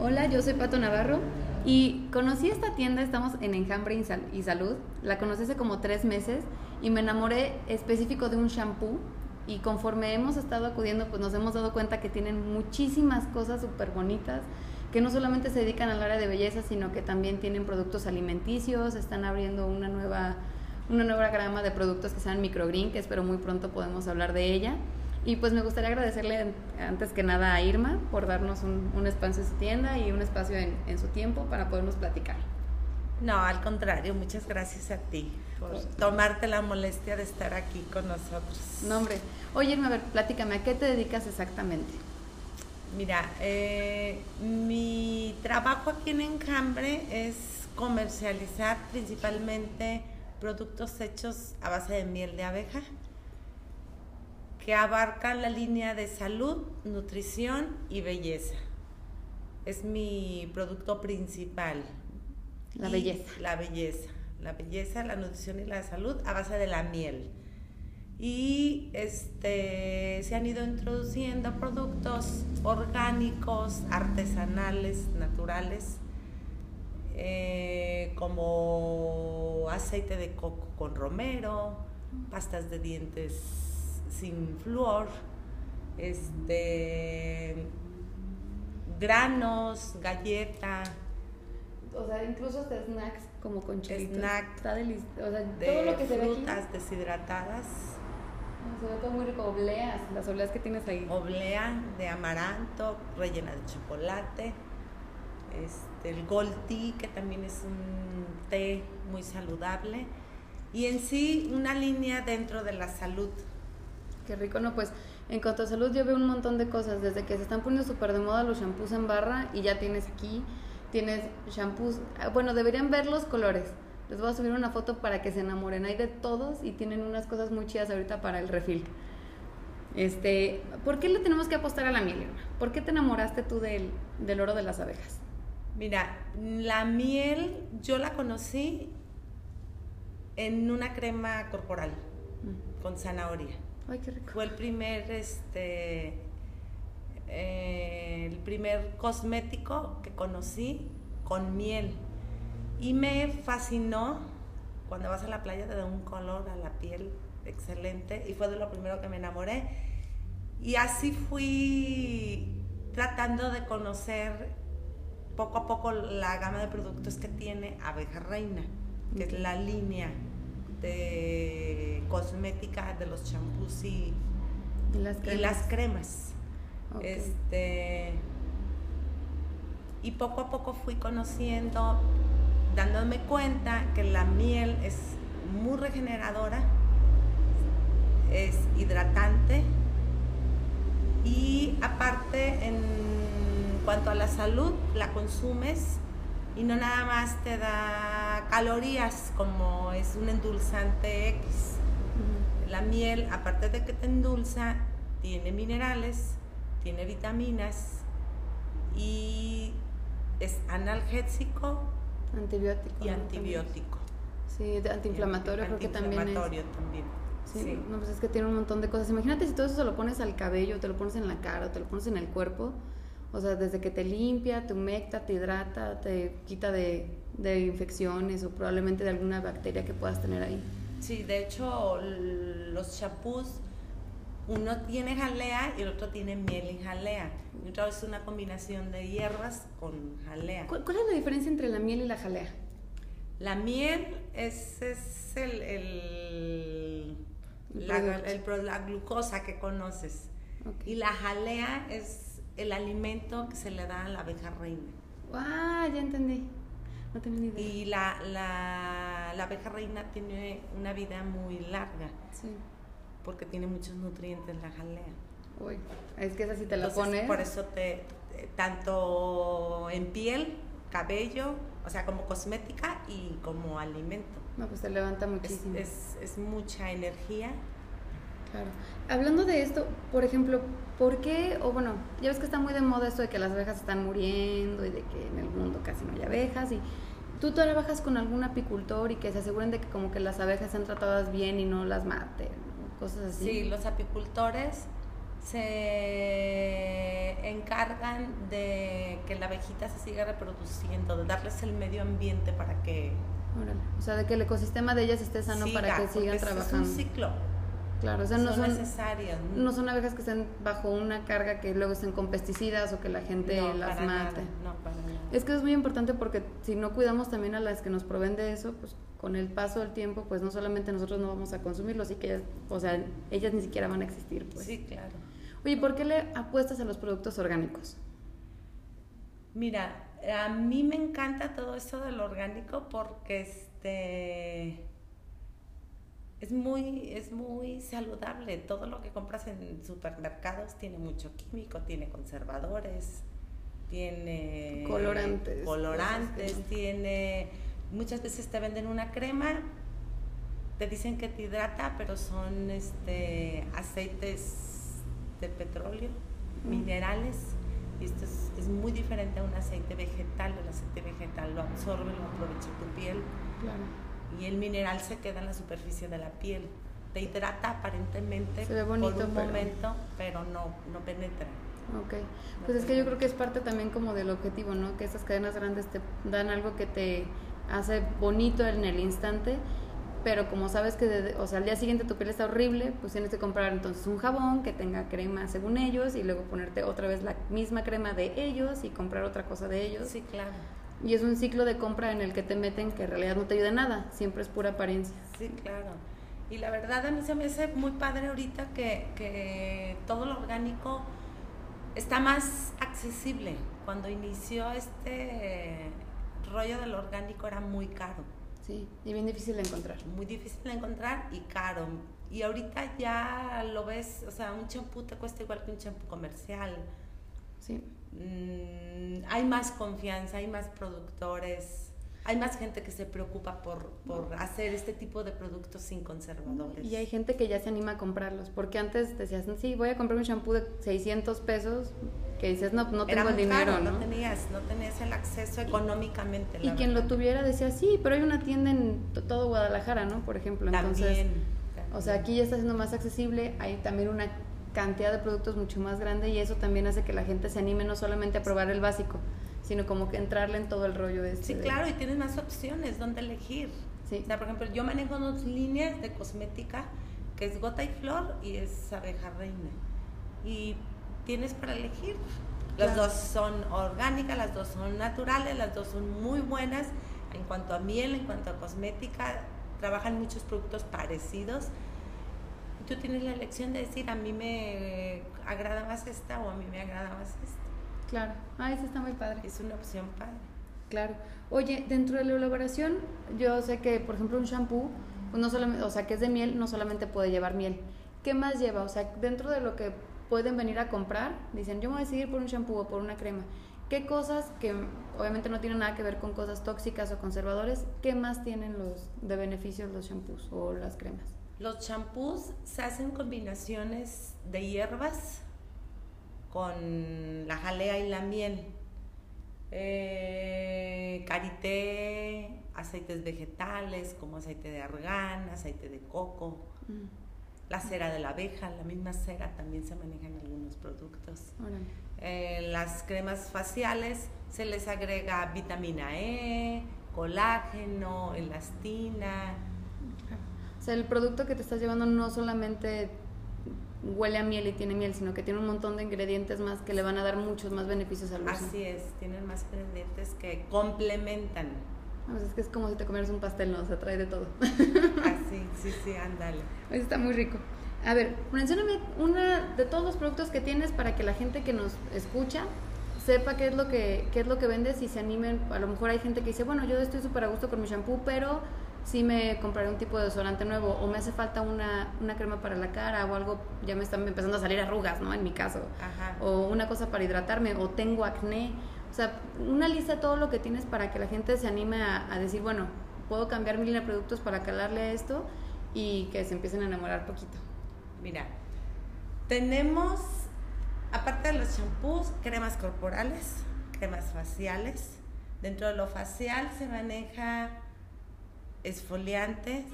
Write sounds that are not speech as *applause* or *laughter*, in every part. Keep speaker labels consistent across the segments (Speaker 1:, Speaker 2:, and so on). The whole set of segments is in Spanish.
Speaker 1: Hola, yo soy Pato Navarro y conocí esta tienda, estamos en Enjambre y, Sal- y Salud, la conocí hace como tres meses y me enamoré específico de un shampoo y conforme hemos estado acudiendo pues nos hemos dado cuenta que tienen muchísimas cosas súper bonitas que no solamente se dedican al área de belleza sino que también tienen productos alimenticios, están abriendo una nueva, una nueva grama de productos que sean microgreen que espero muy pronto podemos hablar de ella. Y pues me gustaría agradecerle antes que nada a Irma por darnos un, un espacio en su tienda y un espacio en, en su tiempo para podernos platicar.
Speaker 2: No, al contrario, muchas gracias a ti por tomarte la molestia de estar aquí con nosotros.
Speaker 1: Nombre. Oye, Irma, a ver, platícame, ¿a qué te dedicas exactamente?
Speaker 2: Mira, eh, mi trabajo aquí en Enjambre es comercializar principalmente productos hechos a base de miel de abeja, que abarca la línea de salud, nutrición y belleza. Es mi producto principal.
Speaker 1: La
Speaker 2: Y
Speaker 1: belleza.
Speaker 2: La belleza. La belleza, la nutrición y la salud a base de la miel. Y este, se han ido introduciendo productos orgánicos, artesanales, naturales, eh, como aceite de coco con romero, pastas de dientes sin flúor, este, granos, galleta,
Speaker 1: O sea, incluso hasta snacks como con
Speaker 2: chilitos.
Speaker 1: Está
Speaker 2: Está
Speaker 1: delicioso. O sea,
Speaker 2: de
Speaker 1: todo lo que se ve aquí.
Speaker 2: frutas deshidratadas,
Speaker 1: Se ve todo muy rico. Obleas, las obleas que tienes ahí.
Speaker 2: oblea de amaranto, rellena de chocolate, este, el gold tea, que también es un té muy saludable, y en sí una línea dentro de la salud.
Speaker 1: Qué rico, no, pues en cuanto a salud yo veo un montón de cosas, desde que se están poniendo súper de moda los shampoos en barra y ya tienes aquí, tienes shampoos, ah, bueno, deberían ver los colores, les voy a subir una foto para que se enamoren, hay de todos y tienen unas cosas muy chidas ahorita para el refil. Este, ¿por qué le tenemos que apostar a la miel, Irma? ¿Por qué te enamoraste tú del, del oro de las abejas?
Speaker 2: Mira, la miel yo la conocí en una crema corporal
Speaker 1: Mm.
Speaker 2: con zanahoria.
Speaker 1: Ay, qué rico.
Speaker 2: Fue el primer, este, eh, el primer cosmético que conocí con miel. Y me fascinó. Cuando vas a la playa te da un color a la piel excelente. Y fue de lo primero que me enamoré. Y así fui tratando de conocer poco a poco la gama de productos que tiene Abeja Reina, que
Speaker 1: Ok.
Speaker 2: es la línea de cosmética de los champús y,
Speaker 1: Y las
Speaker 2: y
Speaker 1: cremas.
Speaker 2: las cremas.
Speaker 1: Ok.
Speaker 2: Este. Y poco a poco fui conociendo, dándome cuenta que la miel es muy regeneradora, es hidratante y aparte en cuanto a la salud la consumes y no nada más te da calorías como es un endulzante X.
Speaker 1: Ujú.
Speaker 2: La miel, aparte de que te endulza, tiene minerales, tiene vitaminas y es analgésico
Speaker 1: Antibiótico.
Speaker 2: y
Speaker 1: ¿no?
Speaker 2: antibiótico.
Speaker 1: Sí, de antiinflamatorio creo que también es.
Speaker 2: Antiinflamatorio también.
Speaker 1: Sí,
Speaker 2: Sí.
Speaker 1: no, pues es que tiene un montón de cosas. Imagínate si todo eso se lo pones al cabello, te lo pones en la cara, te lo pones en el cuerpo. O sea, desde que te limpia, te humecta, te hidrata, te quita de, de infecciones o probablemente de alguna bacteria que puedas tener ahí.
Speaker 2: Sí, de hecho, l- los chapús, uno tiene jalea y el otro tiene miel y jalea. Y otra vez una combinación de hierbas con jalea.
Speaker 1: ¿Cuál, cuál es la diferencia entre la miel y la jalea?
Speaker 2: La miel es, es el, el-
Speaker 1: El
Speaker 2: la,
Speaker 1: producto.
Speaker 2: el pro- la glucosa que conoces.
Speaker 1: Ok.
Speaker 2: Y la jalea es el alimento que se le da a la abeja reina.
Speaker 1: Ah, ya entendí. No tenía ni idea.
Speaker 2: Y la, la, la abeja reina tiene una vida muy larga
Speaker 1: Sí.
Speaker 2: porque tiene muchos nutrientes la jalea.
Speaker 1: Uy, es que esa sí te la
Speaker 2: Entonces,
Speaker 1: pones.
Speaker 2: Por eso te, te- tanto en piel, cabello, o sea, como cosmética y como alimento.
Speaker 1: No, pues te levanta
Speaker 2: Es,
Speaker 1: muchísimo.
Speaker 2: es- es mucha energía.
Speaker 1: Claro. Hablando de esto, por ejemplo, ¿por qué? O bueno, ya ves que está muy de moda esto de que las abejas están muriendo y de que en el mundo casi no hay abejas. Y tú trabajas con algún apicultor y que se aseguren de que como que las abejas sean tratadas bien y no las maten, o cosas así.
Speaker 2: Sí, los apicultores se encargan de que la abejita se siga reproduciendo, de darles el medio ambiente para que
Speaker 1: Órale. O sea, de que el ecosistema de ellas esté sano
Speaker 2: siga,
Speaker 1: para que
Speaker 2: porque
Speaker 1: sigan
Speaker 2: ese
Speaker 1: trabajando.
Speaker 2: Es un ciclo.
Speaker 1: Claro, o sea, no
Speaker 2: son,
Speaker 1: son,
Speaker 2: necesarios.
Speaker 1: no son abejas que estén bajo una carga que luego estén con pesticidas o que la gente
Speaker 2: No,
Speaker 1: las
Speaker 2: para nada,
Speaker 1: mate.
Speaker 2: no, para nada.
Speaker 1: Es que es muy importante porque si no cuidamos también a las que nos proveen de eso, pues con el paso del tiempo, pues no solamente nosotros no vamos a consumirlos, y que, ellas- o sea, ellas ni siquiera van a existir. Pues.
Speaker 2: Sí, claro.
Speaker 1: Oye, ¿por qué le apuestas a los productos orgánicos?
Speaker 2: Mira, a mí me encanta todo eso del orgánico porque este es muy es muy saludable. Todo lo que compras en supermercados tiene mucho químico, tiene conservadores, tiene
Speaker 1: Colorantes,
Speaker 2: colorantes,
Speaker 1: cosas que no.
Speaker 2: tiene muchas veces te venden una crema te dicen que te hidrata, pero son este aceites de petróleo,
Speaker 1: Mm.
Speaker 2: minerales. Y esto es, es muy diferente a un aceite vegetal. El aceite vegetal lo absorbe, lo aprovecha tu piel
Speaker 1: Claro.
Speaker 2: y el mineral se queda en la superficie de la piel. Te hidrata aparentemente
Speaker 1: Se ve bonito,
Speaker 2: por un
Speaker 1: pero-
Speaker 2: momento, pero no, no penetra.
Speaker 1: Ok. Pues es que yo creo que es parte también como del objetivo, ¿no? Que estas cadenas grandes te dan algo que te hace bonito en el instante, pero como sabes que, de- o sea, al día siguiente tu piel está horrible, pues tienes que comprar entonces un jabón que tenga crema según ellos y luego ponerte otra vez la misma crema de ellos y comprar otra cosa de ellos.
Speaker 2: Sí, claro.
Speaker 1: Y es un ciclo de compra en el que te meten que en realidad no te ayuda en nada, siempre es pura apariencia.
Speaker 2: Sí, claro. Y la verdad a mí se me hace muy padre ahorita que, que todo lo orgánico está más accesible. Cuando inició este rollo del orgánico era muy caro,
Speaker 1: Sí, y bien difícil de encontrar.
Speaker 2: muy difícil de encontrar y caro. Y ahorita ya lo ves, o sea, un champú te cuesta igual que un champú comercial.
Speaker 1: Sí.
Speaker 2: Mm, hay más confianza, hay más productores, hay más gente que se preocupa por, por hacer este tipo de productos sin conservadores.
Speaker 1: Y hay gente que ya se anima a comprarlos, porque antes decías, sí, voy a comprar un shampoo de 600 pesos, que dices, no, no
Speaker 2: Era
Speaker 1: tengo el
Speaker 2: muy
Speaker 1: dinero,
Speaker 2: caro,
Speaker 1: ¿no?
Speaker 2: tenías, no tenías el acceso económicamente.
Speaker 1: Y
Speaker 2: la
Speaker 1: quien lo
Speaker 2: verdad.
Speaker 1: tuviera decía, sí, pero hay una tienda en to- todo Guadalajara, ¿no? Por ejemplo, entonces,
Speaker 2: También,
Speaker 1: o sea, aquí ya está siendo más accesible, hay también una cantidad de productos mucho más grande y eso también hace que la gente se anime no solamente a probar el básico, sino como que entrarle en todo el rollo este.
Speaker 2: Sí,
Speaker 1: de-
Speaker 2: claro, y tienes más opciones donde elegir.
Speaker 1: Sí.
Speaker 2: O sea, por ejemplo, yo manejo dos líneas de cosmética, que es gota y flor y es abeja reina. Y tienes para elegir. Las
Speaker 1: Claro.
Speaker 2: dos son orgánicas, las dos son naturales, las dos son muy buenas. En cuanto a miel, en cuanto a cosmética, trabajan muchos productos parecidos. Y Tú tienes la elección de decir, a mí me agrada más esta o a mí me agrada más esta.
Speaker 1: Claro. Ah, eso está muy padre.
Speaker 2: Es una opción padre.
Speaker 1: Claro. Oye, dentro de la elaboración, yo sé que, por ejemplo, un shampoo, pues no solamente, o sea, que es de miel, no solamente puede llevar miel. ¿Qué más lleva? O sea, dentro de lo que pueden venir a comprar, dicen, yo me voy a decidir por un shampoo o por una crema. ¿Qué cosas que obviamente no tienen nada que ver con cosas tóxicas o conservadores, qué más tienen los de beneficios los shampoos o las cremas?
Speaker 2: Los champús se hacen combinaciones de hierbas con la jalea y la miel. Eh, karité, aceites vegetales como aceite de argán, aceite de coco,
Speaker 1: Mm,
Speaker 2: la cera de la abeja, la misma cera también se maneja en algunos productos.
Speaker 1: órale.
Speaker 2: Eh, las cremas faciales se les agrega vitamina E, colágeno, elastina,
Speaker 1: O sea, el producto que te estás llevando no solamente huele a miel y tiene miel, sino que tiene un montón de ingredientes más que le van a dar muchos más beneficios al uso.
Speaker 2: Así es, tienen más ingredientes que complementan.
Speaker 1: O sea, es que es como si te comieras un pastel, ¿no? O sea, trae de todo.
Speaker 2: Así, sí, sí, ándale.
Speaker 1: Eso está muy rico. A ver, mencióname una de todos los productos que tienes para que la gente que nos escucha sepa qué es lo que qué es lo que vendes y se animen. A lo mejor hay gente que dice, bueno, yo estoy súper a gusto con mi shampoo, pero sí me compraré un tipo de desodorante nuevo o me hace falta una, una crema para la cara o algo, ya me están empezando a salir arrugas, ¿no? En mi caso.
Speaker 2: Ajá.
Speaker 1: o una cosa para hidratarme, o tengo acné. O sea, una lista de todo lo que tienes para que la gente se anime a, a decir, bueno, puedo cambiar mi línea de productos para calarle a esto y que se empiecen a enamorar poquito.
Speaker 2: Mira, tenemos, aparte de los champús, cremas corporales, cremas faciales. Dentro de lo facial se maneja esfoliantes,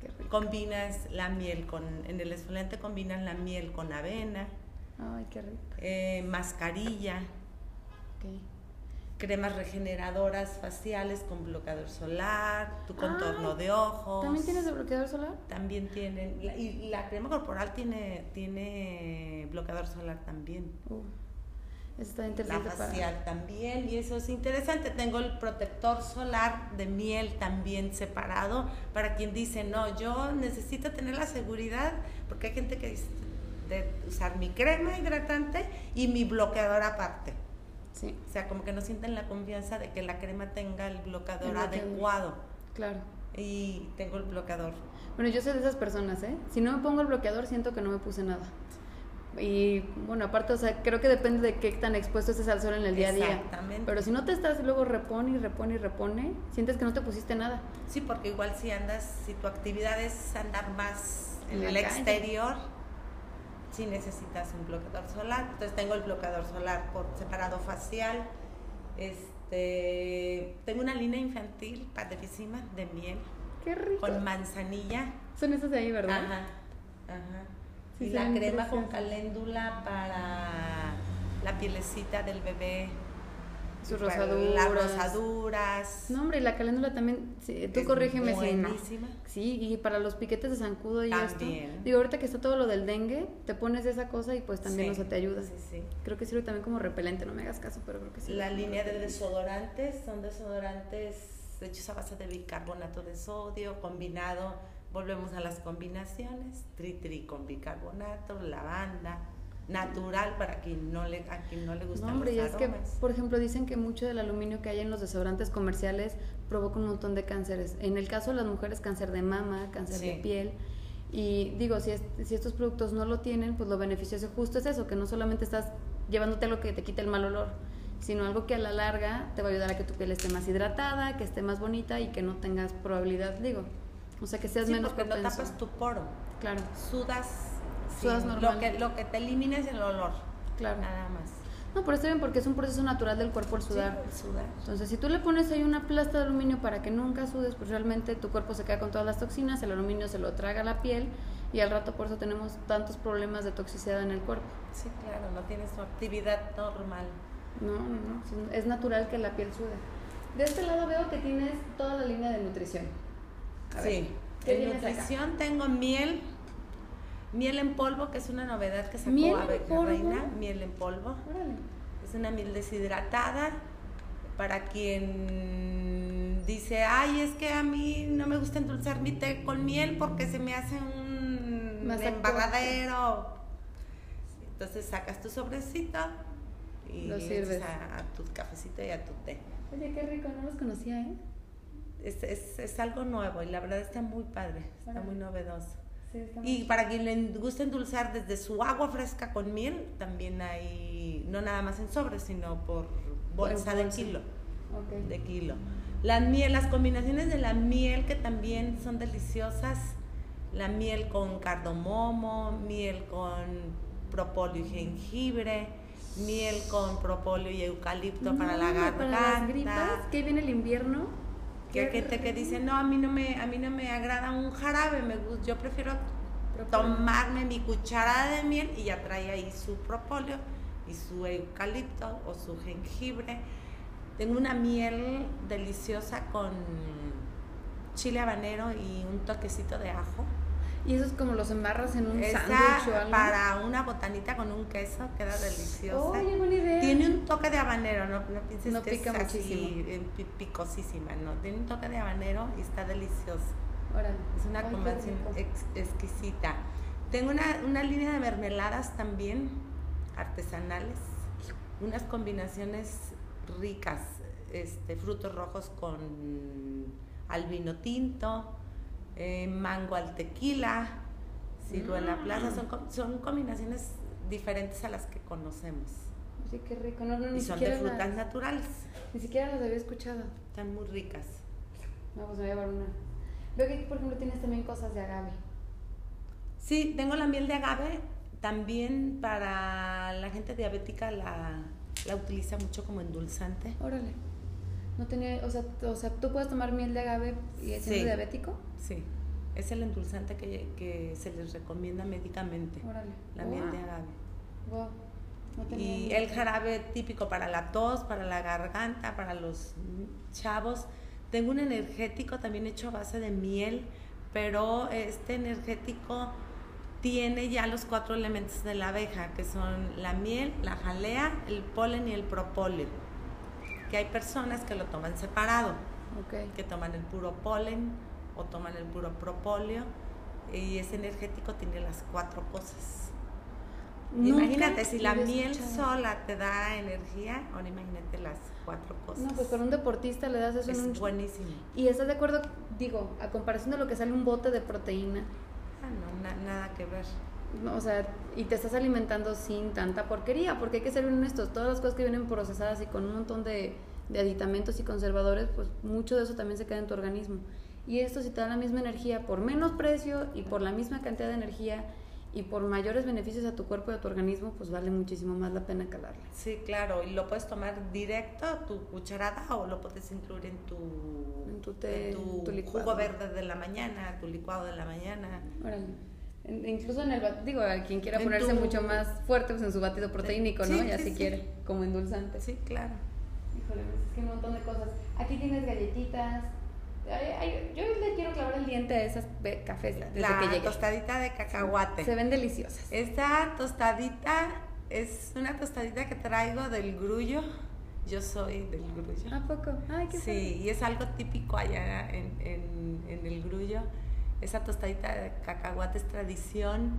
Speaker 1: Qué rico.
Speaker 2: combinas la miel con, en el esfoliante combinas la miel con avena,
Speaker 1: Ay, qué rico.
Speaker 2: eh, mascarilla,
Speaker 1: Ok.
Speaker 2: cremas regeneradoras faciales con bloqueador solar, tu
Speaker 1: Ah,
Speaker 2: contorno de ojos.
Speaker 1: ¿También tienes de bloqueador solar?
Speaker 2: También tienen, la- y la crema corporal tiene, tiene bloqueador solar también.
Speaker 1: Uh, eso está
Speaker 2: La
Speaker 1: interesante para...
Speaker 2: facial también, y eso es interesante. Tengo el protector solar de miel también separado para quien dice, no, yo necesito tener la seguridad, porque hay gente que dice de usar mi crema hidratante y mi bloqueador aparte.
Speaker 1: Sí,
Speaker 2: O sea, como que no sienten la confianza de que la crema tenga el bloqueador
Speaker 1: El bloqueador.
Speaker 2: adecuado.
Speaker 1: claro.
Speaker 2: Y tengo el bloqueador.
Speaker 1: Bueno, yo soy de esas personas, ¿eh? Si no me pongo el bloqueador, siento que no me puse nada. Y bueno, aparte, o sea, creo que depende de qué tan expuesto estés al sol en el día a día.
Speaker 2: Exactamente.
Speaker 1: Pero si no te estás luego repone y repone y repone, sientes que no te pusiste nada.
Speaker 2: Sí, porque igual si andas, si tu actividad es andar más en
Speaker 1: En la
Speaker 2: el
Speaker 1: calle.
Speaker 2: exterior, sí necesitas un bloqueador solar. Entonces tengo el bloqueador solar por separado facial. Este, tengo una línea infantil padrísima de miel
Speaker 1: ¡Qué rico!
Speaker 2: con manzanilla.
Speaker 1: Son esas de ahí, ¿verdad?
Speaker 2: Ajá, ajá.
Speaker 1: Sí,
Speaker 2: y
Speaker 1: se
Speaker 2: la
Speaker 1: ven
Speaker 2: crema con
Speaker 1: preciosas.
Speaker 2: caléndula para la pielecita del bebé.
Speaker 1: Sus
Speaker 2: para
Speaker 1: rosaduras.
Speaker 2: Las rosaduras.
Speaker 1: No, hombre, y la caléndula también, sí, tú
Speaker 2: Es
Speaker 1: corrígeme si no.
Speaker 2: buenísima.
Speaker 1: Sí, y para los piquetes de zancudo y esto.
Speaker 2: También.
Speaker 1: Digo, ahorita que está todo lo del dengue, te pones esa cosa y pues también,
Speaker 2: Sí,
Speaker 1: o sea, te ayuda.
Speaker 2: Sí, sí.
Speaker 1: Creo que sirve también como repelente, no me hagas caso, pero creo que sí.
Speaker 2: La línea de desodorantes son desodorantes hechos a base de bicarbonato de sodio, combinado, volvemos a las combinaciones, tri-tri con bicarbonato, lavanda, natural para quien no le, a quien no le
Speaker 1: No,
Speaker 2: gustan
Speaker 1: hombre, y
Speaker 2: los
Speaker 1: es que,
Speaker 2: aromas.
Speaker 1: por ejemplo, dicen que mucho del aluminio que hay en los desodorantes comerciales provoca un montón de cánceres. En el caso de las mujeres, cáncer de mama, cáncer de
Speaker 2: Sí.
Speaker 1: piel. Y digo, si, es- si estos productos no lo tienen, pues lo beneficioso justo es eso, que no solamente estás llevándote algo que te quite el mal olor, sino algo que a la larga te va a ayudar a que tu piel esté más hidratada, que esté más bonita y que no tengas probabilidad, digo. O sea, que seas
Speaker 2: Sí,
Speaker 1: menos
Speaker 2: porque no
Speaker 1: propenso.
Speaker 2: tapas tu poro,
Speaker 1: Claro,
Speaker 2: sudas,
Speaker 1: Sudas
Speaker 2: sin-
Speaker 1: normal.
Speaker 2: Lo, que, lo que te elimina es el olor,
Speaker 1: claro.
Speaker 2: nada más.
Speaker 1: No, pero está bien porque es un proceso natural del cuerpo el sudar.
Speaker 2: Sí, el sudar.
Speaker 1: Entonces, si tú le pones ahí una plasta de aluminio para que nunca sudes, pues realmente tu cuerpo se queda con todas las toxinas, el aluminio se lo traga a la piel y al rato por eso tenemos tantos problemas de toxicidad en el cuerpo.
Speaker 2: Sí, claro, no tienes tu actividad normal.
Speaker 1: No, no, no, sí, es natural que la piel sude. De este lado veo que tienes toda la línea de nutrición. A ver,
Speaker 2: Sí.
Speaker 1: ¿qué
Speaker 2: en
Speaker 1: tienes acá?
Speaker 2: nutrición tengo miel, miel en polvo, que es una novedad que sacó
Speaker 1: ¿Miel en
Speaker 2: Abeca
Speaker 1: polvo?
Speaker 2: Reina, miel en polvo.
Speaker 1: Órale.
Speaker 2: Es una miel deshidratada para quien dice, ay, es que a mí no me gusta endulzar mi té con miel porque se me hace un
Speaker 1: Más alcohol.
Speaker 2: embarradero. Entonces sacas tu sobrecito y
Speaker 1: Lo
Speaker 2: le
Speaker 1: sirves.
Speaker 2: echas a, a tu cafecito y a tu té.
Speaker 1: Oye, qué rico, no los conocía, ¿eh?
Speaker 2: Es, es- es algo nuevo y la verdad está muy padre, está
Speaker 1: Órale.
Speaker 2: muy novedoso.
Speaker 1: Sí, está
Speaker 2: Y para quien le gusta endulzar desde su agua fresca con miel, también hay, no nada más en sobres, sino por bolsa de
Speaker 1: bolsa.
Speaker 2: kilo.
Speaker 1: Ok.
Speaker 2: De kilo. La miel, las combinaciones de la miel que también son deliciosas, la miel con cardomomo, miel con propóleo y jengibre, miel con propóleo y eucalipto para la
Speaker 1: Mm,
Speaker 2: garganta.
Speaker 1: Para las gripas, que ahí viene el invierno.
Speaker 2: Que hay gente que dice, no, a mí no me, a mí no me agrada un jarabe, me gus- yo prefiero tomarme mi cucharada de miel y ya trae ahí su propóleo y su eucalipto o su jengibre. Tengo una miel deliciosa con chile habanero y un toquecito de ajo.
Speaker 1: Y eso es como los embarras en un sándwich o
Speaker 2: Esa
Speaker 1: algo.
Speaker 2: para una botanita con un queso queda deliciosa.
Speaker 1: Oye, buena idea.
Speaker 2: Tiene un toque de habanero, no, no pienses
Speaker 1: No
Speaker 2: que
Speaker 1: pica
Speaker 2: es así,
Speaker 1: muchísimo.
Speaker 2: eh, pi- picosísima, no. Tiene un toque de habanero y está delicioso.
Speaker 1: Órale.
Speaker 2: Es una
Speaker 1: Ay, qué
Speaker 2: combinación
Speaker 1: rico.
Speaker 2: ex- exquisita. Tengo una, una línea de mermeladas también artesanales, unas combinaciones ricas, este, frutos rojos con albino tinto, eh, mango al tequila, ciruela
Speaker 1: Mm.
Speaker 2: plaza, son, co- son combinaciones diferentes a las que conocemos.
Speaker 1: Sí, qué rico. No, no, ni
Speaker 2: Y son de
Speaker 1: siquiera las-
Speaker 2: frutas naturales,
Speaker 1: Ni siquiera las había escuchado.
Speaker 2: están muy ricas.
Speaker 1: No, pues me voy a llevar una. Veo que aquí, por ejemplo, tienes también cosas de agave.
Speaker 2: Sí, tengo la miel de agave. También para la gente diabética la, la utiliza mucho como endulzante.
Speaker 1: Órale. No tenía, o sea, t- o sea, tú puedes tomar miel de agave y siendo
Speaker 2: Sí.
Speaker 1: diabético.
Speaker 2: Sí, es el endulzante que, que se les recomienda médicamente,
Speaker 1: Órale.
Speaker 2: la miel
Speaker 1: Wow.
Speaker 2: de agave.
Speaker 1: Wow. No tenía
Speaker 2: Y
Speaker 1: ni-
Speaker 2: el jarabe típico para la tos, para la garganta, para los chavos. Tengo un energético también hecho a base de miel, pero este energético tiene ya los cuatro elementos de la abeja, que son la miel, la jalea, el polen y el propóleo. Que hay personas que lo toman separado,
Speaker 1: Ok.
Speaker 2: que toman el puro polen o toman el puro propóleo. Y ese energético tiene las cuatro cosas.
Speaker 1: Nunca
Speaker 2: Imagínate, si la
Speaker 1: había
Speaker 2: miel
Speaker 1: escuchado.
Speaker 2: sola te da energía, ahora imagínate las cuatro cosas.
Speaker 1: No, pues para un deportista le das eso en un...
Speaker 2: es buenísimo.
Speaker 1: Y estás de acuerdo, digo, a comparación de lo que sale un bote de proteína,
Speaker 2: Ah, no, na- nada que ver.
Speaker 1: no, o sea, y te estás alimentando sin tanta porquería, porque hay que ser honestos, todas las cosas que vienen procesadas y con un montón de, de aditamentos y conservadores, pues mucho de eso también se queda en tu organismo. Y esto si te da la misma energía por menos precio y por la misma cantidad de energía y por mayores beneficios a tu cuerpo y a tu organismo, pues vale muchísimo más la pena calarla.
Speaker 2: Sí, claro, y lo puedes tomar directo, tu cucharada, o lo puedes incluir en tu,
Speaker 1: En tu té, en tu licuado.
Speaker 2: jugo verde de la mañana, tu licuado de la mañana.
Speaker 1: Órale. En- Incluso en el bat- digo, a quien quiera
Speaker 2: En
Speaker 1: ponerse
Speaker 2: tu-
Speaker 1: mucho más fuerte, pues en su batido proteínico, ¿no?
Speaker 2: Sí,
Speaker 1: ya
Speaker 2: sí,
Speaker 1: si
Speaker 2: sí.
Speaker 1: quiere, como endulzante.
Speaker 2: Sí, claro.
Speaker 1: Híjole, pues es que un montón de cosas. Aquí tienes galletitas. Ay, ay, yo le quiero clavar el diente a esas be- cafés desde
Speaker 2: la
Speaker 1: que llegué.
Speaker 2: tostadita de cacahuate.
Speaker 1: Se ven deliciosas.
Speaker 2: Esta tostadita es una tostadita que traigo del grullo. Yo soy del grullo.
Speaker 1: ¿A poco? Ay, qué
Speaker 2: Sí, y es algo típico allá en, en- en el grullo. Esa tostadita de cacahuate es tradición.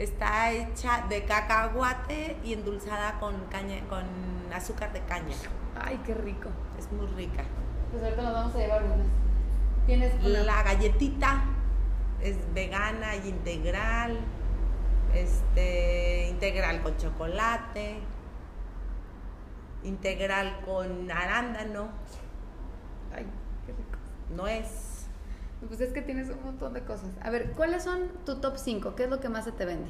Speaker 2: Está hecha de cacahuate y endulzada con, caña, con azúcar de caña.
Speaker 1: padre. Ay, qué rico.
Speaker 2: Es muy rica.
Speaker 1: Pues ahorita nos vamos a llevar unas. Tienes una-
Speaker 2: La galletita es vegana y integral. Este, integral con chocolate. Integral con arándano.
Speaker 1: Ay, qué rico.
Speaker 2: Nuez.
Speaker 1: Pues es que tienes un montón de cosas. A ver, ¿cuáles son tu top 5? ¿Qué es lo que más se te vende?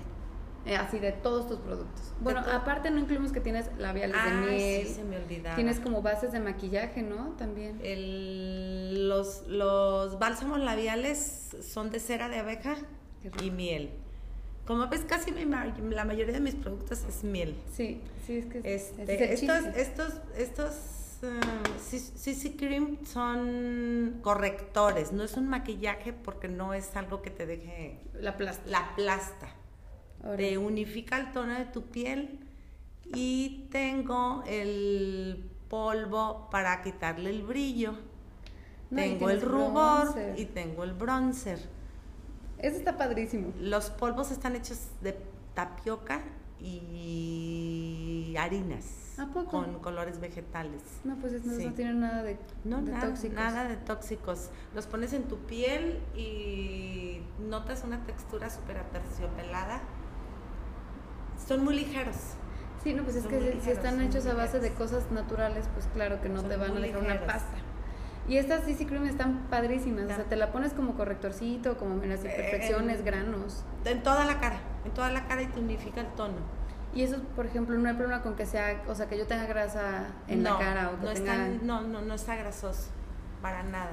Speaker 1: Eh, así de todos tus productos. Bueno,
Speaker 2: to-
Speaker 1: aparte no incluimos que tienes labiales
Speaker 2: Ay,
Speaker 1: de miel.
Speaker 2: Ah, sí, se me olvidaba.
Speaker 1: tienes como bases de maquillaje, ¿no? También.
Speaker 2: El- los, los bálsamos labiales son de cera de abeja
Speaker 1: Qué rico.
Speaker 2: y miel. Como ves, casi mi ma- la mayoría de mis productos es miel.
Speaker 1: Sí, sí, es que es-
Speaker 2: Este,
Speaker 1: ese es el
Speaker 2: estos,
Speaker 1: chiste.
Speaker 2: estos, estos um, CC CC Cream son correctores, no es un maquillaje porque no es algo que te deje
Speaker 1: La plástica.
Speaker 2: la plasta. Te unifica el tono de tu piel y tengo el polvo para quitarle el brillo.
Speaker 1: No, y
Speaker 2: tengo el
Speaker 1: tienes
Speaker 2: rubor
Speaker 1: bronzer.
Speaker 2: y tengo el bronzer.
Speaker 1: Eso está padrísimo.
Speaker 2: Los polvos están hechos de tapioca y harinas
Speaker 1: ¿A poco?
Speaker 2: con colores vegetales.
Speaker 1: No, pues es- no,
Speaker 2: Sí.
Speaker 1: no tiene nada de,
Speaker 2: No,
Speaker 1: de
Speaker 2: nada,
Speaker 1: tóxicos.
Speaker 2: nada de tóxicos. Los pones en tu piel y notas una textura súper aterciopelada. Son muy ligeros.
Speaker 1: Sí, no, pues es
Speaker 2: Son
Speaker 1: que
Speaker 2: muy
Speaker 1: si- si
Speaker 2: ligeros,
Speaker 1: están
Speaker 2: son
Speaker 1: hechos
Speaker 2: muy
Speaker 1: a base de
Speaker 2: ligeros.
Speaker 1: cosas naturales, pues claro que no
Speaker 2: Son
Speaker 1: te van a
Speaker 2: muy
Speaker 1: dejar una
Speaker 2: ligeros.
Speaker 1: pasta. Y estas CC Cream están padrísimas, o sea,
Speaker 2: Ya.
Speaker 1: te la pones como correctorcito, como en las
Speaker 2: Eh,
Speaker 1: imperfecciones,
Speaker 2: en-
Speaker 1: granos.
Speaker 2: En toda la cara, en toda la cara y te unifica el tono.
Speaker 1: Y eso, por ejemplo, no hay problema con que sea, o sea, que yo tenga grasa en la
Speaker 2: No,
Speaker 1: cara o que
Speaker 2: no,
Speaker 1: tenga...
Speaker 2: está, no, no, no está grasoso, para nada.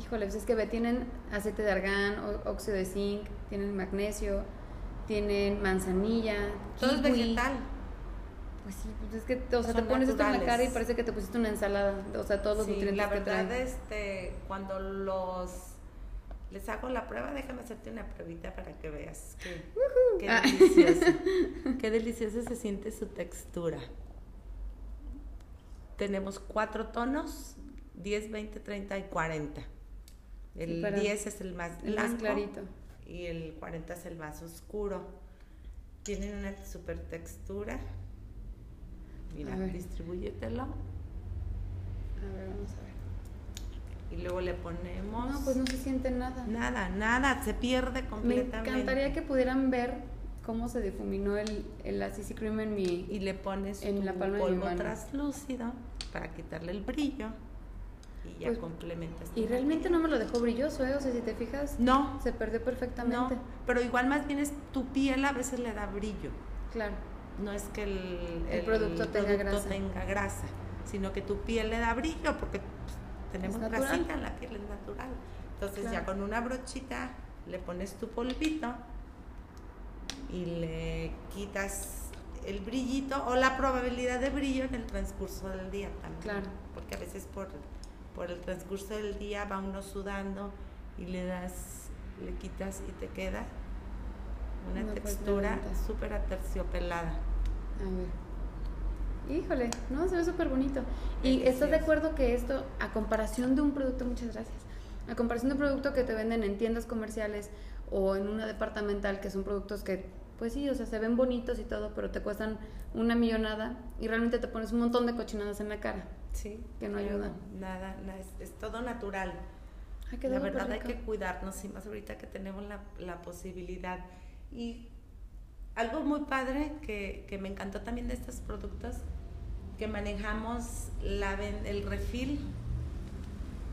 Speaker 1: Híjole, pues es que ve, tienen aceite de argán, ó- óxido de zinc, tienen magnesio, tienen manzanilla.
Speaker 2: Todo es
Speaker 1: kiwi.
Speaker 2: vegetal.
Speaker 1: Pues sí, pues es que, o sea,
Speaker 2: Son
Speaker 1: te pones esto en la
Speaker 2: naturales.
Speaker 1: cara y parece que te pusiste una ensalada. O sea, todos los
Speaker 2: Sí,
Speaker 1: nutrientes
Speaker 2: la
Speaker 1: que
Speaker 2: verdad
Speaker 1: traen.
Speaker 2: este cuando los les hago la prueba déjame hacerte una pruebita para que veas que- qué
Speaker 1: Ah.
Speaker 2: deliciosa *laughs* qué deliciosa se siente su textura tenemos cuatro tonos 10 20 30 y 40
Speaker 1: Sí,
Speaker 2: el
Speaker 1: para-
Speaker 2: 10 es el más
Speaker 1: el
Speaker 2: blanco
Speaker 1: más clarito.
Speaker 2: y el 40 es el más oscuro tienen una super textura mira
Speaker 1: A ver.
Speaker 2: distribúyetelo
Speaker 1: A ver, vamos a ver.
Speaker 2: y luego le ponemos
Speaker 1: No, pues no se siente nada.
Speaker 2: Nada, nada, se pierde
Speaker 1: Me
Speaker 2: completamente.
Speaker 1: encantaría que pudieran ver cómo se difuminó el, el la CC Cream en mi...
Speaker 2: Y le pones
Speaker 1: En
Speaker 2: tu
Speaker 1: la palma de mi
Speaker 2: polvo
Speaker 1: mano.
Speaker 2: translúcido para quitarle el brillo y ya
Speaker 1: Pues,
Speaker 2: complementas. tu
Speaker 1: Y realmente no me lo dejó brilloso, ¿eh? O sea, si te fijas,
Speaker 2: No,
Speaker 1: se perdió
Speaker 2: no,
Speaker 1: perfectamente.
Speaker 2: pero igual más bien es tu piel a veces le da brillo.
Speaker 1: Claro.
Speaker 2: No es que el,
Speaker 1: El producto tenga grasa.
Speaker 2: tenga grasa, sino que tu piel le da brillo porque pues, tenemos
Speaker 1: Es natural.
Speaker 2: grasita, la piel es natural. Entonces
Speaker 1: Claro.
Speaker 2: ya con una brochita le pones tu polvito y le quitas el brillito o la probabilidad de brillo en el transcurso del día también.
Speaker 1: Claro.
Speaker 2: Porque a veces por, por el transcurso del día va uno sudando y le das, le quitas y te queda una
Speaker 1: Una
Speaker 2: textura
Speaker 1: cuerda.
Speaker 2: súper aterciopelada.
Speaker 1: A ver. Híjole, no, se ve súper bonito. ¿Y estás de
Speaker 2: Delicioso.
Speaker 1: acuerdo que esto, a comparación de un producto, muchas gracias, a comparación de un producto que te venden en tiendas comerciales o en una departamental, que son productos que, pues sí, o sea, se ven bonitos y todo, pero te cuestan una millonada y realmente te pones un montón de cochinadas en la cara?
Speaker 2: Sí.
Speaker 1: Que no
Speaker 2: claro,
Speaker 1: ayuda.
Speaker 2: Nada, nada, es, es todo natural.
Speaker 1: Ay, quedó
Speaker 2: La
Speaker 1: súper
Speaker 2: verdad hay
Speaker 1: rico.
Speaker 2: que cuidarnos y más ahorita que tenemos la, la posibilidad. Y algo muy padre que, que me encantó también de estos productos, que manejamos la, ven- el refil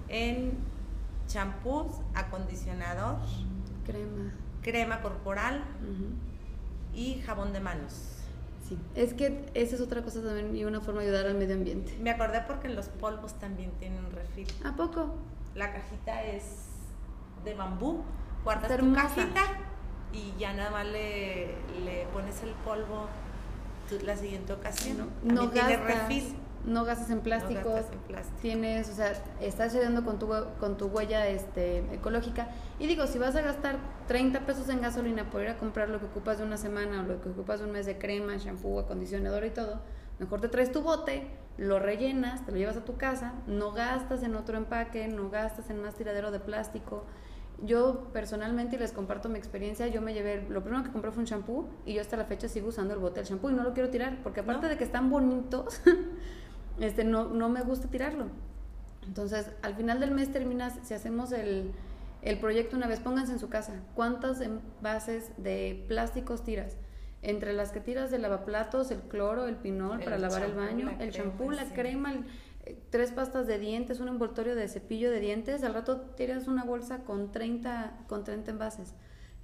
Speaker 2: en champús, acondicionador,
Speaker 1: Crema.
Speaker 2: crema corporal
Speaker 1: ujú.
Speaker 2: y jabón de manos.
Speaker 1: Sí. Es que esa es otra cosa también y una forma de ayudar al medio ambiente.
Speaker 2: Me acordé porque los polvos también tienen un refil.
Speaker 1: ¿A poco?
Speaker 2: La cajita es de bambú. Guardas tu
Speaker 1: Hermosa.
Speaker 2: cajita y ya nada más le, le pones el polvo tu- la siguiente ocasión.
Speaker 1: no
Speaker 2: También tiene
Speaker 1: gastas,
Speaker 2: refil.
Speaker 1: no gastas en plásticos,
Speaker 2: No gastas en plástico.
Speaker 1: tienes, o sea, estás ayudando con tu, hue- con tu huella este, ecológica. Y digo, si vas a gastar 30 pesos en gasolina por ir a comprar lo que ocupas de una semana o lo que ocupas de un mes de crema, shampoo, acondicionador y todo, mejor te traes tu bote, lo rellenas, te lo llevas a tu casa, no gastas en otro empaque, no gastas en más tiradero de plástico. Yo personalmente, y les comparto mi experiencia, yo me llevé, lo primero que compré fue un shampoo y yo hasta la fecha sigo usando el bote del shampoo y no lo quiero tirar, porque aparte
Speaker 2: No.
Speaker 1: de que están bonitos, *laughs* este no, no me gusta tirarlo. Entonces, al final del mes terminas, si hacemos el, el proyecto una vez, pónganse en su casa, ¿cuántas envases de plásticos tiras? Entre las que tiras de lavaplatos, el cloro, el pinol
Speaker 2: El
Speaker 1: para lavar el
Speaker 2: champú,
Speaker 1: baño,
Speaker 2: la
Speaker 1: el champú,
Speaker 2: crema,
Speaker 1: la
Speaker 2: sí.
Speaker 1: crema, el- eh, tres pastas de dientes, un envoltorio de cepillo de dientes, al rato tiras una bolsa con 30, con 30 envases.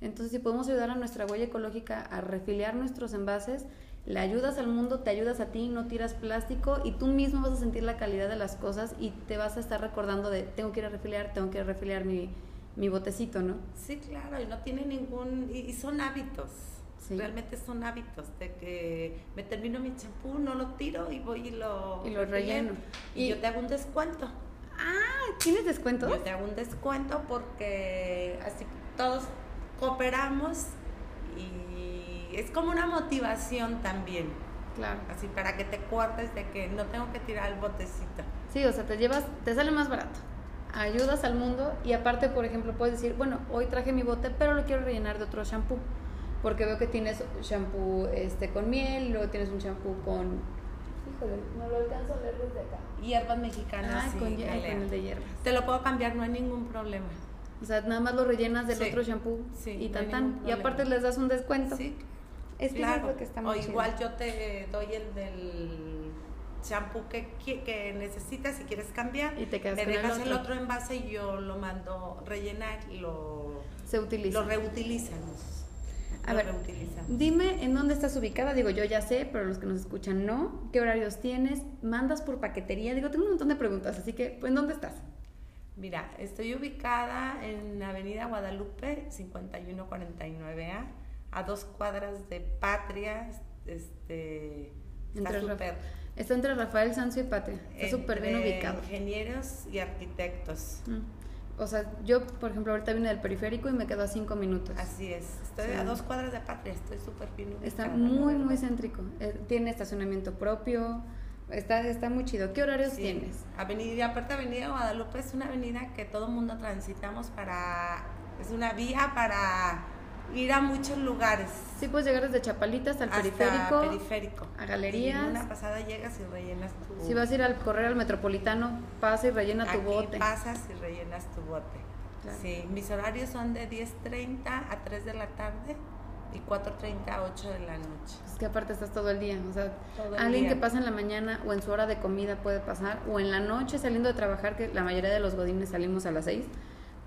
Speaker 1: Entonces, si podemos ayudar a nuestra huella ecológica a refiliar nuestros envases, le ayudas al mundo, te ayudas a ti, no tiras plástico y tú mismo vas a sentir la calidad de las cosas y te vas a estar recordando de tengo que ir a refiliar, tengo que ir a refiliar mi, mi botecito, ¿no?
Speaker 2: Sí, claro, y no tiene ningún. Y, y son hábitos.
Speaker 1: Sí.
Speaker 2: Realmente son hábitos de que me termino mi champú, no lo tiro y voy y lo,
Speaker 1: Y lo relleno.
Speaker 2: Y,
Speaker 1: Y-
Speaker 2: yo te hago un descuento.
Speaker 1: Ah, ¿tienes descuentos?
Speaker 2: Yo te hago un descuento porque así todos cooperamos y es como una motivación también,
Speaker 1: Claro.
Speaker 2: así para que te acuerdes de que no tengo que tirar el botecito.
Speaker 1: Sí, o sea, te llevas, te sale más barato. Ayudas al mundo y aparte, por ejemplo, puedes decir, bueno, hoy traje mi bote, pero lo quiero rellenar de otro shampoo. Porque veo que tienes shampoo este, con miel, luego tienes un shampoo con... Híjole, no lo alcanzo a leer desde acá.
Speaker 2: Hierbas mexicanas
Speaker 1: Ah,
Speaker 2: y
Speaker 1: con, hie-
Speaker 2: galea.
Speaker 1: con el de hierbas.
Speaker 2: Te lo puedo cambiar, no hay ningún problema.
Speaker 1: O sea, nada más lo rellenas del
Speaker 2: Sí.
Speaker 1: otro shampoo
Speaker 2: Sí,
Speaker 1: y
Speaker 2: no
Speaker 1: tan
Speaker 2: hay
Speaker 1: tan.
Speaker 2: ningún
Speaker 1: Y aparte
Speaker 2: problema.
Speaker 1: les das un descuento.
Speaker 2: Sí,
Speaker 1: Es que
Speaker 2: claro.
Speaker 1: eso es lo que está
Speaker 2: o
Speaker 1: muy chido.
Speaker 2: igual yo te doy el del champú que, qui- que necesitas si quieres cambiar.
Speaker 1: Y te quedas
Speaker 2: me
Speaker 1: con el
Speaker 2: dejas el
Speaker 1: otro.
Speaker 2: otro envase y yo lo mando rellenar y lo
Speaker 1: Se utiliza.
Speaker 2: Lo reutilizamos.
Speaker 1: A
Speaker 2: lo
Speaker 1: ver,
Speaker 2: reutilizamos.
Speaker 1: Dime en dónde estás ubicada. Digo, yo ya sé, pero los que nos escuchan no. ¿Qué horarios tienes? ¿Mandas por paquetería? Digo, tengo un montón de preguntas, así que, pues, ¿en dónde estás?
Speaker 2: Mira, estoy ubicada en Avenida Guadalupe 5149A, a dos cuadras de Patria, este está
Speaker 1: Entre Rafa-
Speaker 2: súper
Speaker 1: Está entre Rafael Sanso y Patria. Está súper bien
Speaker 2: entre
Speaker 1: ubicado.
Speaker 2: Ingenieros y arquitectos.
Speaker 1: Mm. O sea, yo, por ejemplo, ahorita vine del periférico y me quedo a cinco minutos.
Speaker 2: Así es. Estoy
Speaker 1: Sí.
Speaker 2: a dos cuadras de Patria, estoy súper bien
Speaker 1: Está
Speaker 2: ubicada,
Speaker 1: muy,
Speaker 2: la
Speaker 1: muy
Speaker 2: verdad.
Speaker 1: céntrico. Eh, tiene estacionamiento propio. Está, está muy chido. ¿Qué horarios
Speaker 2: Sí.
Speaker 1: tienes?
Speaker 2: Avenida, y aparte Avenida Guadalupe es una avenida que todo mundo transitamos para, es una vía para ir a muchos lugares.
Speaker 1: Sí, puedes llegar desde Chapalita hasta el
Speaker 2: Hasta
Speaker 1: periférico.
Speaker 2: periférico.
Speaker 1: a galerías.
Speaker 2: Y en una pasada llegas y rellenas tu
Speaker 1: Si vas a ir al correr al metropolitano, pasa y rellena
Speaker 2: aquí
Speaker 1: tu bote.
Speaker 2: pasas y rellenas tu bote.
Speaker 1: Claro.
Speaker 2: Sí, mis horarios son de 10.30 a 3 de la tarde y 4.30 a 8 de la noche.
Speaker 1: Es que aparte estás todo el día, o sea,
Speaker 2: Todo el
Speaker 1: alguien
Speaker 2: día.
Speaker 1: que pasa en la mañana o en su hora de comida puede pasar, o en la noche saliendo de trabajar, que la mayoría de los godines salimos a las 6,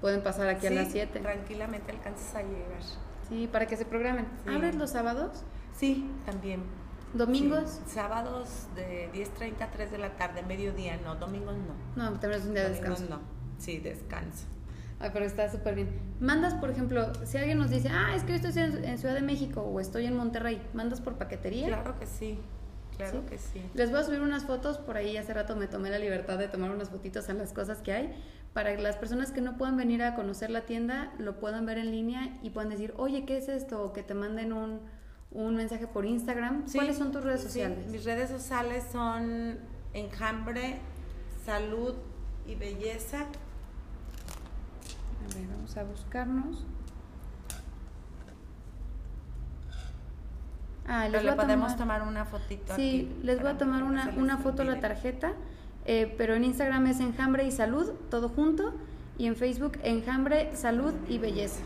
Speaker 1: pueden pasar aquí a
Speaker 2: Sí,
Speaker 1: las 7.
Speaker 2: Tranquilamente alcanzas a llegar.
Speaker 1: Sí, para que se programen.
Speaker 2: Sí.
Speaker 1: ¿Abres los sábados?
Speaker 2: Sí, también.
Speaker 1: ¿Domingos?
Speaker 2: Sí, sábados de 10.30 a 3 de la tarde, mediodía no, domingos no.
Speaker 1: No, tenemos un día de
Speaker 2: Domingos
Speaker 1: descanso.
Speaker 2: no. Sí, descanso.
Speaker 1: Ay, pero está súper bien. Mandas, por ejemplo, si alguien nos dice, ah, es que yo estoy en, en Ciudad de México o estoy en Monterrey, ¿mandas por paquetería?
Speaker 2: Claro que sí. Claro
Speaker 1: ¿Sí?
Speaker 2: que sí.
Speaker 1: Les voy a subir unas fotos, por ahí hace rato me tomé la libertad de tomar unas fotitos a las cosas que hay, para que las personas que no puedan venir a conocer la tienda lo puedan ver en línea y puedan decir, oye, ¿qué es esto? O que te manden un, un mensaje por Instagram.
Speaker 2: Sí,
Speaker 1: ¿Cuáles son tus redes
Speaker 2: sí,
Speaker 1: sociales?
Speaker 2: mis redes sociales son Enjambre, Salud y Belleza.
Speaker 1: Ah, A ver, vamos a buscarnos. Ah, les
Speaker 2: Pero
Speaker 1: voy
Speaker 2: le
Speaker 1: a
Speaker 2: podemos
Speaker 1: tomar-
Speaker 2: tomar una fotito
Speaker 1: Sí,
Speaker 2: aquí
Speaker 1: les voy a
Speaker 2: para
Speaker 1: tomar
Speaker 2: que no
Speaker 1: una,
Speaker 2: se les
Speaker 1: una foto a la
Speaker 2: olvide.
Speaker 1: tarjeta, eh, pero en Instagram es Enjambre y Salud, todo junto, y en Facebook Enjambre, Salud y Belleza.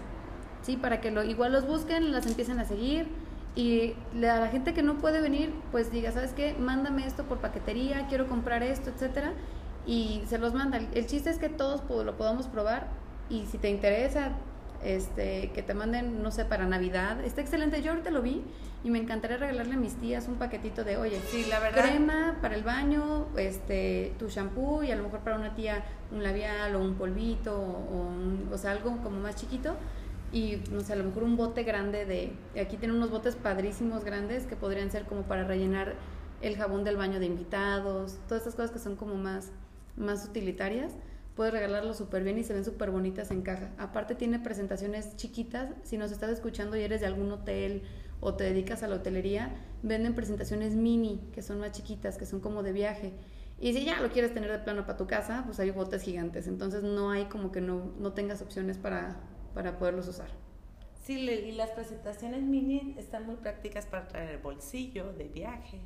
Speaker 1: Sí, para que lo, igual los busquen, las empiecen a seguir y le- a la gente que no puede venir, pues diga, ¿sabes qué? Mándame esto por paquetería, quiero comprar esto, etcétera, y se los manda. El- El chiste es que todos po- lo podamos probar y si te interesa este que te manden, no sé, para Navidad, está excelente. Yo ahorita lo vi y me encantaría regalarle a mis tías un paquetito de, oye,
Speaker 2: Sí, la verdad.
Speaker 1: crema para el baño, este, tu shampoo y a lo mejor para una tía un labial o un polvito o, un- o sea, algo como más chiquito y no sé, a lo mejor un bote grande de aquí tienen unos botes padrísimos grandes que podrían ser como para rellenar el jabón del baño de invitados, todas estas cosas que son como más más utilitarias. Puedes regalarlo súper bien y se ven súper bonitas en caja. Aparte tiene presentaciones chiquitas. Si nos estás escuchando y eres de algún hotel o te dedicas a la hotelería, venden presentaciones mini, que son más chiquitas, que son como de viaje. Y si ya lo quieres tener de plano para tu casa, pues hay botes gigantes. Entonces no hay como que no, no tengas opciones para, para poderlos usar.
Speaker 2: Sí, le- y las presentaciones mini están muy prácticas para traer el bolsillo de viaje.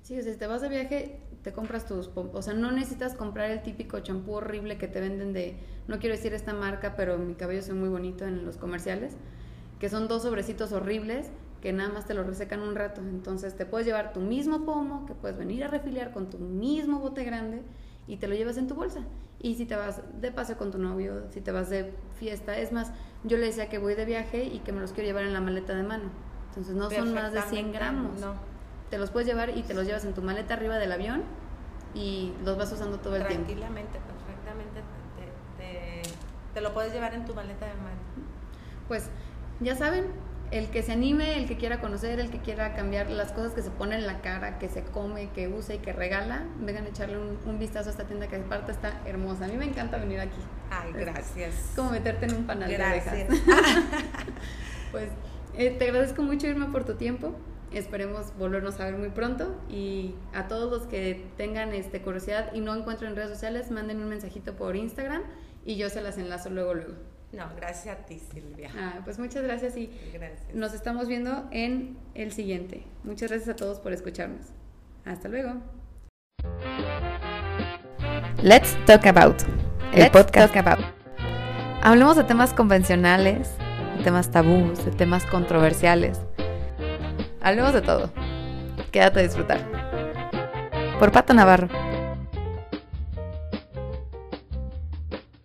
Speaker 1: Sí, o sea, si te vas de viaje, te compras tus... pom- O sea, no necesitas comprar el típico champú horrible que te venden de... No quiero decir esta marca, pero mi cabello se ve muy bonito en los comerciales. Que son dos sobrecitos horribles que nada más te lo resecan un rato. Entonces, te puedes llevar tu mismo pomo, que puedes venir a refiliar con tu mismo bote grande y te lo llevas en tu bolsa. Y si te vas de paseo con tu novio, si te vas de fiesta... Es más, yo le decía que voy de viaje y que me los quiero llevar en la maleta de mano. Entonces, no son más de 100
Speaker 2: Perfectamente,
Speaker 1: gramos
Speaker 2: No,
Speaker 1: te los puedes llevar y te los llevas en tu maleta arriba del avión y los vas usando todo el tiempo.
Speaker 2: tranquilamente, perfectamente. Te, te- te lo puedes llevar en tu maleta de mano.
Speaker 1: Pues ya saben, el que se anime, el que quiera conocer, el que quiera cambiar las cosas que se pone en la cara, que se come, que usa y que regala, vengan a echarle un, un vistazo a esta tienda que aparte está hermosa. A mí me encanta venir aquí.
Speaker 2: Ay,
Speaker 1: Es-
Speaker 2: gracias.
Speaker 1: Es como meterte en un panal de abejas. *laughs*
Speaker 2: Gracias.
Speaker 1: Pues eh, te agradezco mucho, Irma, por tu tiempo. Esperemos volvernos a ver muy pronto. Y a todos los que tengan este, curiosidad y no encuentren redes sociales, manden un mensajito por Instagram y yo se las enlazo luego, luego.
Speaker 2: No, gracias a ti, Silvia.
Speaker 1: Ah, pues muchas gracias y
Speaker 2: Gracias.
Speaker 1: nos estamos viendo en el siguiente. Muchas gracias a todos por escucharnos. Hasta luego. Let's Talk About. El podcast. Hablemos de temas convencionales, de temas tabús, de temas controversiales. Hablemos de todo. Quédate a disfrutar. Por Pato Navarro.